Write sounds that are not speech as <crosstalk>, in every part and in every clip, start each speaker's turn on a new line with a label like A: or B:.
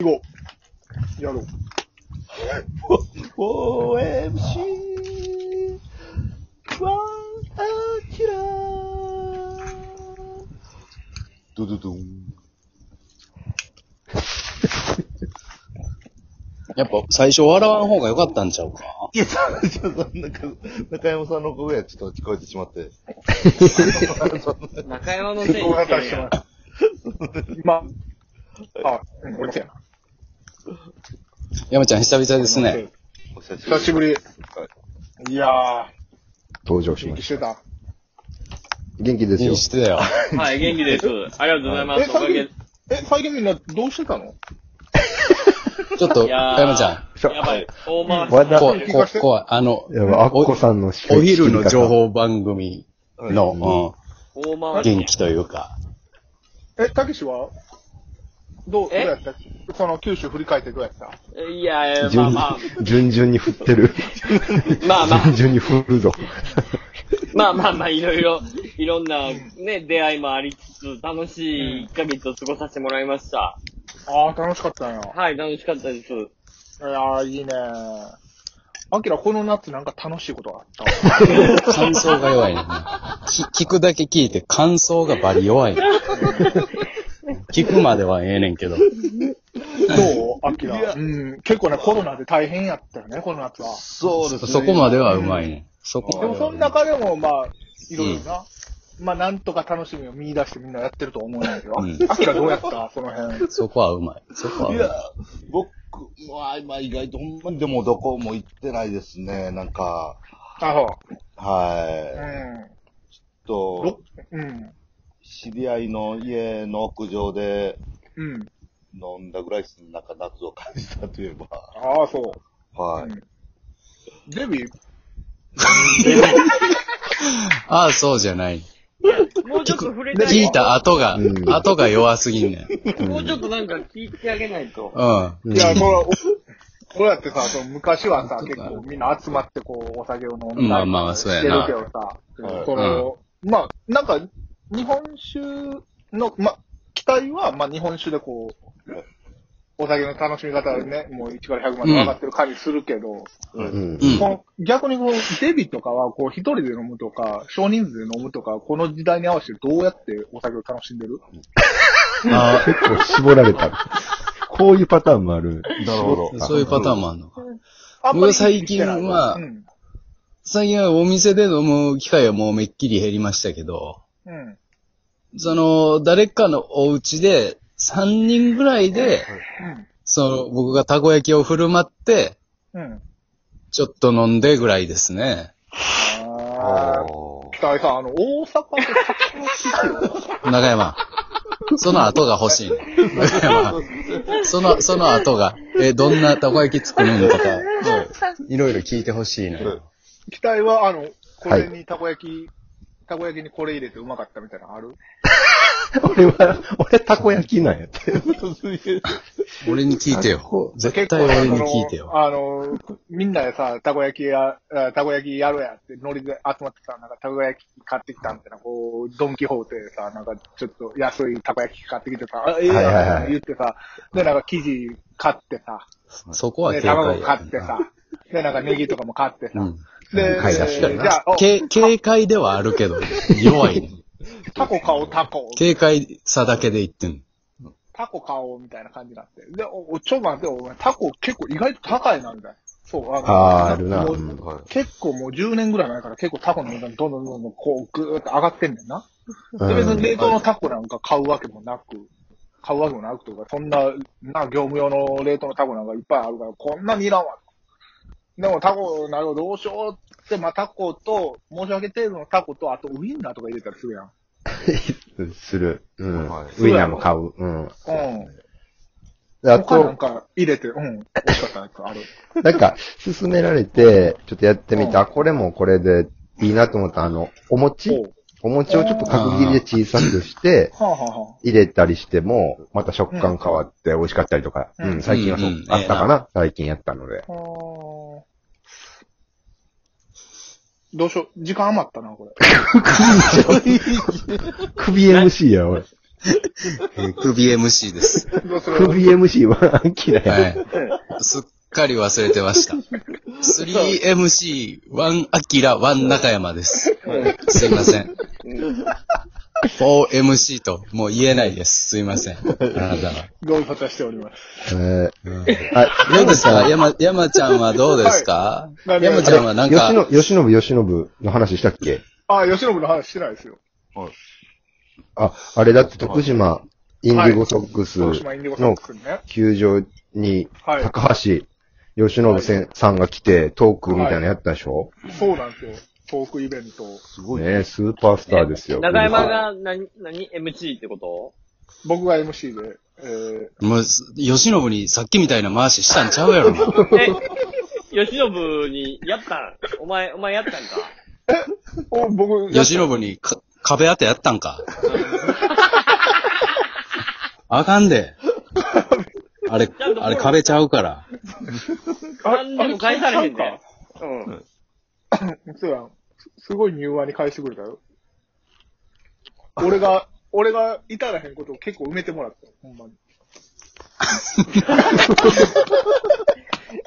A: 行こう。やろう。
B: OMC! ワンアキラドドドン。
C: やっぱ最初笑わん方が良かったんちゃうか
B: いや、ちょっと、なんか、中山さんの声がちょっと聞こえてしまって。
D: 中山のせいにしてるやん。
A: 今。あ、これせや。
C: 山ちゃん久々ですね。。
B: お久
A: 久しぶり。いやー、
E: 登場し
A: 元
E: ま
A: 気
E: し
A: してた。
E: た。元気ですよ
C: に。してたよ。
D: はい、元気です。ありがとうございます。おかげ。
A: え、最近みんなどうしてたの
C: ちょっと、
D: いやー
C: 山ちゃ
D: やばい。大回し。
E: わだ
C: ん、怖
A: 聞
C: い、
A: か
C: 怖
A: せて
C: い、怖い。あの、
E: やばいアッコさんの司会
C: お昼の情。報番組の、
D: 大
C: うん、
D: 回し。
C: 元気というか。
A: え、たけしはどう、どう
D: え
A: やったその九州振り返ってどうやった
D: いやいや、まあ
E: 順
D: ま
E: 順々に振ってる。
D: あ、まあまあ
E: 順、々に振るぞ。
D: まあまあまあ、いろいろ、いろんなね、出会いもありつつ、楽しい1ヶ月を過ごさせてもらいました。
A: あー、楽しかったんや。
D: はい、楽しかったです。
A: いやー、いいねー。アキラ、この夏なんか楽しいことがあった。 <laughs>
C: 感想が弱いね。き聞くだけ聞いて感想がバリ弱い。聞くまではええねんけど。
A: どうアキラ。うん。結構ね、コロナで大変やったよね、この夏は。
B: そうですね。
C: そこまではうまいねん。そこ
A: で
C: ま
A: も
C: では
A: その中でも、まあ、いろいろな、まあ、なんとか楽しみを見出してみんなやってると思うんだけど、
C: うん
A: アキラどうやったその辺。
C: そこはうまい。そこはい
B: や
C: う、
B: 僕は、まあ意外とほんまにでもどこも行ってないですね。なんか、
A: あ、そ
B: はい。
A: う。うん
B: と、。
A: うん。
B: 知り合いの家の屋上で
A: うん。
B: 飲んだぐらいですね。なんか夏を感じたといえば。
A: ああ、そ
B: は
A: うん
B: い。
A: う。デビー
C: まい。ああ、そうじゃない。
D: もうちょっと触れた
C: 聞い
D: い。
C: た後が、
E: うん
C: 後が弱すぎんねん。
D: もうちょっとなんか聞いてあげないと。
C: うん。
E: うん
A: いや、そら、こうやってさ、その昔はさ、結構みんな集まってこう、お酒を飲んだり
C: まあまあそうや
A: してる
C: な
A: けどさ、
B: うん
A: その、まあ、なんか、日本酒の、まあ、期待は、まあ日本酒でこう、お酒の楽しみ方ね、もう1から100まで分かってる感じするけど、
E: うん
C: う。ん。
A: この逆にこのデビとかは、こう一人で飲むとか、少人数で飲むとか、この時代に合わせてどうやってお酒を楽しんでる
C: あ
E: 結構絞られた。こういうパターンもある。
B: なるほど
C: あ、そういうパターンもあるのか。
A: あんまり
C: 僕最近は
A: うん。
C: 最近はお店で飲む機会はもうめっきり減りましたけど、
A: うん。
C: その、誰かのお家で、3人ぐらいで、その、僕がたこ焼きを振る舞って、
A: うん。
C: ちょっと飲んでぐらいですね。
A: あー
B: おー
A: 北井さん、あの、大阪で、
C: 中山。その後が欲しいの。中山。その、その後が、え、どんなたこ焼き作るのとか、いろいろ聞いてほしいのよ。
A: 北井は、あの、これにたこ焼き、たこ焼きにこれ入れてうまかったみたいなのある
E: 俺は、俺たこ焼きなんやって。
C: 俺に聞いてよ。絶対俺に聞いてよ。
A: あの、あのみんなでさ、たこ焼きや、あたこ焼きやろうやって、ノリで集まってさ、なんかたこ焼き買ってきたみたいな、こう、ドンキホーテでさ、なんかちょっと安いたこ焼き買ってきてさ、あ、ええ
E: はいはい
A: や
E: はい
A: ん言ってさ、で、なんか生地買ってさ、
C: そこは
A: で、
C: 警戒や
A: 卵買ってさ、で、なんかネギとかも買って
C: う
A: さ、
C: ん。
A: で、
E: 買い出し
A: じ
E: たよな
A: ゃあ、お
C: け警戒ではあるけ <laughs> ど、弱いね。
A: タコ買おう、タコ。
C: 警戒さだけで言ってんの。
A: タコ買おうみたいな感じになって。で、お、おちょ、待って、お前、タコ結構意外と高いな、みたいな。そう、あの
E: あーあるな
A: もう
E: うん
B: はい
A: 結構もう10年ぐらい前から結構タコの値段どんどんどんどんこうぐーっと上がってんねんな。
E: う
A: で、別に冷
E: ん
A: 凍のタコなんか買うわけもなく、買うわけもなくというか、そんな、な、業務用の冷凍のタコなんかいっぱいあるから、こんなにいらんわ。でもタコ、なるほど、どうしようって、まあタコと、申し訳程度のタコと、あとウインナーとか入れたりするやん。
E: する。うん。
B: はい
E: ウインナーも買う。うん。
A: うん。
E: であ
A: 他なん
E: と、
A: か入れて、うん。美味しかったやつある。
E: なんか、勧められて、ちょっとやってみ
A: うん
E: て、あ、これもこれでいいなと思った。あの、
A: お
E: お餅
A: う
E: お餅をちょっと角切りで小さくして、
A: はあ、はあはあ、
E: 入れたりしても、また食感変わって美味しかったりとか、
A: う
E: うんん、最近はそう、
C: うん
E: あったかな、最近やったので。
A: あーど <laughs> うしよう。時間余ったな、これ。
E: 首 MC や、俺。
C: 首 MC です。
A: どうする
E: 首 MC は秋だよ。
C: はい。すっかり忘れてました。3MC1 アキラ1中山です。すいません。4MC ともう言えないです。すいません。あなたは。
A: ご無沙汰しております。
E: えーあ
C: どうですか山、山ちゃんはどうですか、
A: はい
C: 山ちゃんはなん
E: 吉
C: か、
E: 野、吉信、吉信の話したっけ
A: あ、吉信の話してないですよ。
E: あ、あれだって徳島インディゴソックス
A: 広島インディゴサッ
E: の
A: クスにね。
E: 球場に
A: はい
E: 高橋吉信せんさんが来てトークみたいなのやったでしょ
A: そうなんですよ。トークイベント。
B: すごいね。
E: ねスーパースターですよ。
D: 中山が何、何 ?MC ってこと
A: 僕が MC で、えー、
C: もう、吉信にさっきみたいな回ししたんちゃうやろな。
D: え、吉信に、やったんお前、お前やったんか
A: お僕、
C: 吉信にか壁当てやったんか。あかんで。あれ、あれ壁ちゃうから。
D: 何でも返されへん
A: あれ
D: で。
A: そうやん。すすごい柔和に返してくれたよ。俺が、俺が至らへんことを結構埋めてもらったよ。ほんまに。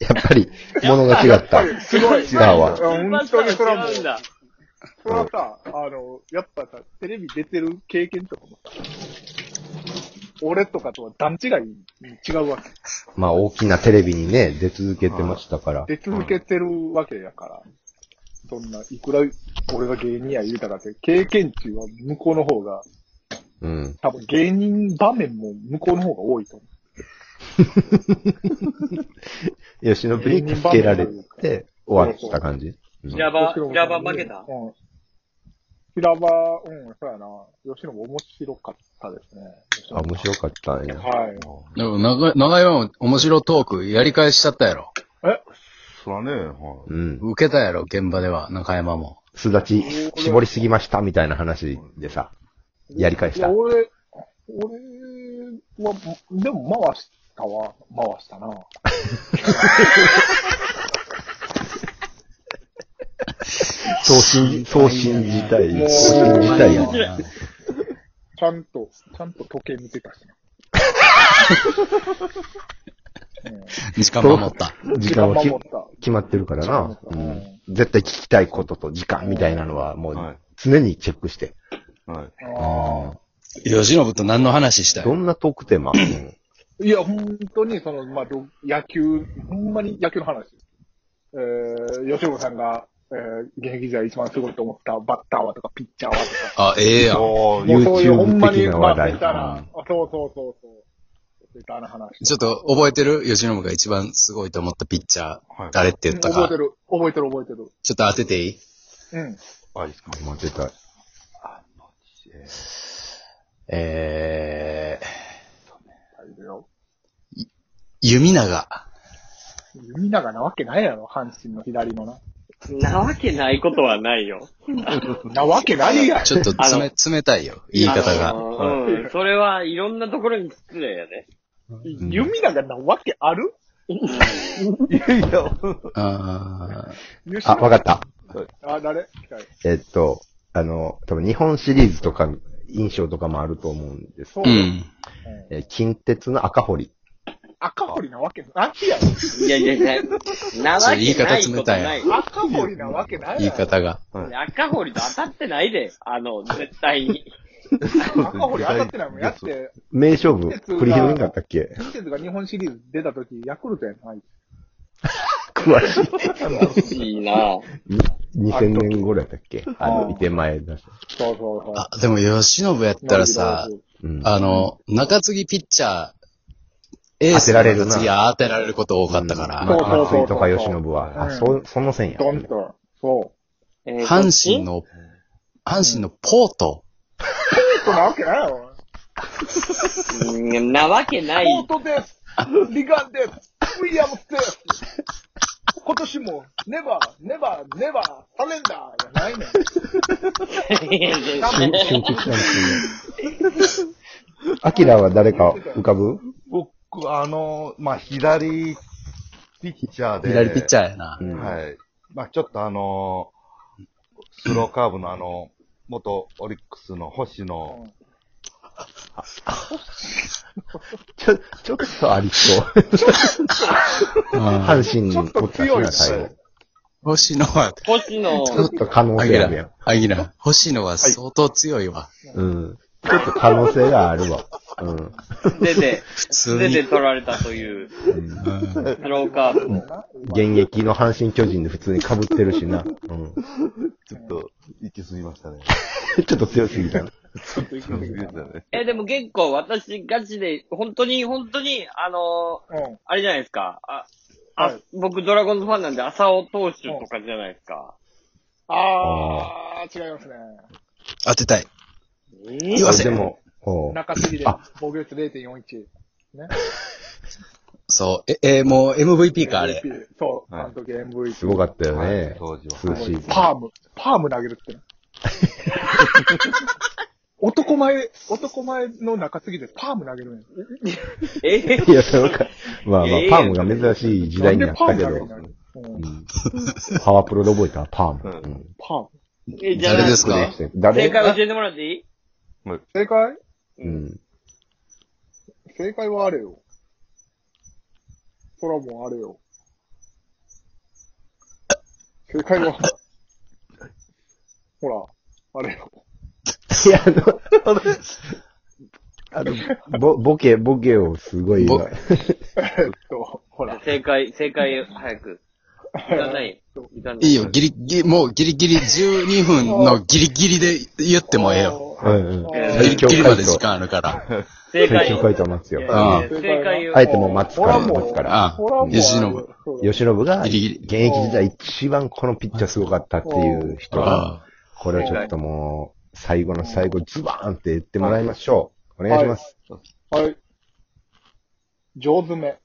E: やっぱり、ものが違った。
A: <laughs> すごい。
E: 違うわ
A: いや本当にそれはもう、
D: 違うん
A: そ
D: だ。
A: れはさ、あの、やっぱさ、テレビ出てる経験とかもさ、俺とかとは段違いに違うわけ。
E: まあ大きなテレビにね、出続けてましたから。
A: 出続けてるわけやから。そんな、いくら俺が芸人や言うたかって、経験値は向こうの方が、 <laughs>
E: うん。
A: 多分芸人場面も向こうの方が多いと思う。
E: 吉信に助けられて終わった感じ。
D: 平場、平場負けた
A: うん。平場、うん、そうやな。吉野も面白かったですね。
E: あ、面白かったね。
A: はい。
C: でも長、長山も面白トークやり返しちゃったやろ。
B: そらね、は
E: うん。
C: 受けたやろ、現場では、中山も。
E: すだち、絞りすぎました、みたいな話でさ、やり返し
A: い
E: た
A: や、。俺、俺は、でも回したわ。回したな。
E: そう信じ、そう信じたい。
A: もう
E: そう信じたい
A: も
E: よ
A: う。ちゃんと、ちゃんと時計見てたしな。
C: 時間守った。
E: 時間は
A: 守
E: き
A: った。
E: 決まってるからな。
A: う
E: うんん。絶対聞きたいことと時間みたいなのはも
B: はいう
E: 常にチェックして。
B: はい。
A: ああ。
C: 吉信と何の話した
E: ど
C: よ。
E: んなトークテーマうん
A: いや、本当に、その、まあ、ど野球、ほんまに野球の話。えー、吉岡さんが、えー、現役時代一番すごいと思ったバッターはとか、ピッチャーはとか。
C: あ、ええやん。
B: お
A: もうそういうほんま
E: YouTube
A: に、
E: 的な話
A: まあ、
E: 題
A: ベタな、あそうそうそうそう。ベタな話。
C: ちょっと覚えてる吉信が一番すごいと思ったピッチャー、
B: はい
C: 誰って言った
A: 覚え
C: か
A: て。る、覚えてる、覚えてる。
C: ちょっと当てていい
A: うん。
B: あ、いいですか。
E: もう絶対。
C: えー、
A: あれだよ。
C: 弓長。
A: 弓長なわけないやろ、阪神の左のな。
D: なわけないことはないよ。
A: なわけないやん。
C: ちょっとつめ冷たいよ、言い方
D: あ
C: が。
D: のーうん。それはいろんなところに失礼やね。
A: 弓長なわけある
C: あー
E: あ、わかった。
A: た。あ、誰来たよ
E: えっと、あの、多分日本シリーズとか、印象とかもあると思うんです。
A: そう
C: う
A: よ。
C: ん。
E: えー近鉄の赤堀。
A: 赤堀なわけ、秋や
D: いやいやいや、なわけないことない。
A: ろ。赤堀なわけないやろ。
C: 言い方が。
D: 赤堀と当たってないで。あの、絶対に。
A: 赤堀当たってないもん。やって、
E: 名勝負、繰り広げなかったっけ
A: 近鉄が日本シリーズ出た時、ヤクルトやん。はい。
E: 詳しい。
D: いいな
E: 2000年頃やったっけあ
A: あ
E: の、移転前だし。
A: そうそうそう。
C: あ、でも吉信やったらさ、
E: うん。
C: あの、中継ぎピッチャー、エース
E: 当てられるな
C: 次当てられること多かったか
A: そ
C: ら
A: う、そうそう
E: 松井とか吉信は、あ、
A: う
E: そ、その線や。
A: ドンと。そ
D: えー
C: 阪神。の、阪神のポート。
A: う。そんなわけないやろ。
D: うんなわけない。
A: ポートです。リガンです。ウィリアムスです。今年も、ネバー、ネバー、ネバー、サレンダーじゃないねん。
E: 新新吉なんですよアキラは誰か浮かぶ
B: 僕、あの、まあ、左ピッチャーで。
C: 左ピッチャーやな。
E: うん
B: はい。まあ、ちょっとあのスローカーブのあの、元オリックスの星野
E: ちょ、ちょっとありそう。
C: うん
E: 阪神
A: ちょっ
E: に
A: と強いです
E: 対
A: ね
E: 応。
C: 星野は、
D: 星野、
E: ちょっと可能
C: あ
E: 性
C: げ
E: あるや
C: ら
E: ん。、
C: あげら、星野は相当強いわ。
E: うん。ちょっと可能性があるわ。うん。
D: 出て、
C: 普通
D: 出
C: に
D: て。取られたという、
E: うん
C: うん
D: スローカーブ。
E: 現役の阪神巨人で普通に被ってるしな。うん。
B: ちょっと、行き過ぎましたね。
E: ちょっと強すぎたな。
B: 行き過ぎましたね。
D: え、でも結構私ガチで、本当に、本当に、あのー
A: うん。
D: あれじゃないですか。あ、あ、
A: はい
D: 僕ドラゴンズファンなんで、浅尾投手とかじゃないですか。
A: あー、違いますね。
C: 当てたい。
D: え
C: 言わせ
E: でも、おう
A: 中継ぎで
E: あ
A: 防御率0.41。
C: そう。え、えーもう MVP か、あれ。
A: MVP そう、
B: はい
A: あの時 MVP。
E: すごかったよ
B: はい
E: ね。
B: 当時は。
E: 通信。
A: パーム、パーム投げるってね。男前、男前の中継ぎでパーム投げるんや。
D: え
E: いや、そうか。まあまあ
D: いやい、や
E: パームが珍しい時代になったけど
A: なんでパーム投、げるんやろ。うん
E: うんパワープロで覚えたパーム。
B: うん
E: うん
A: パーム。
D: え、じゃあ、
C: 誰ですか
E: 誰
D: 正解教えてもらっていい
A: 正解
E: うん。
A: 正解はあれよ。そらもうあれよ。正解は、ほら、あれよ。 <laughs>
E: いや、あの、あの、ぼ、ボケ、ボケをすごい今
C: ぼ
A: えっと、ほら。
D: 正解、正解、早く。
A: <laughs>
D: 時間ない。時間ない
C: いいよ、ギリギリ、もうギリギリ12分のギリギリで言ってもええよ。
A: あー。
E: うんうん。
D: えー
C: ギリギリまで時間あるから。
D: 正
E: 最
D: 解。
E: 終回答待つよ
D: いや。
C: あ
D: いや
A: うん
D: 正解を。
E: あえてもう待つから、
A: ほらもう
E: 待つから。
C: あ
A: ほらもうあれよ。
C: 吉野部
A: そうだ
E: 吉信が、現
C: ギリギリ
E: 役時代一番このピッチャーすごかったっていう人が、
C: あ
E: これをちょっともう、最後の最後、ズバーンって言ってもらいましょう。お願いします。
A: はい。上手め。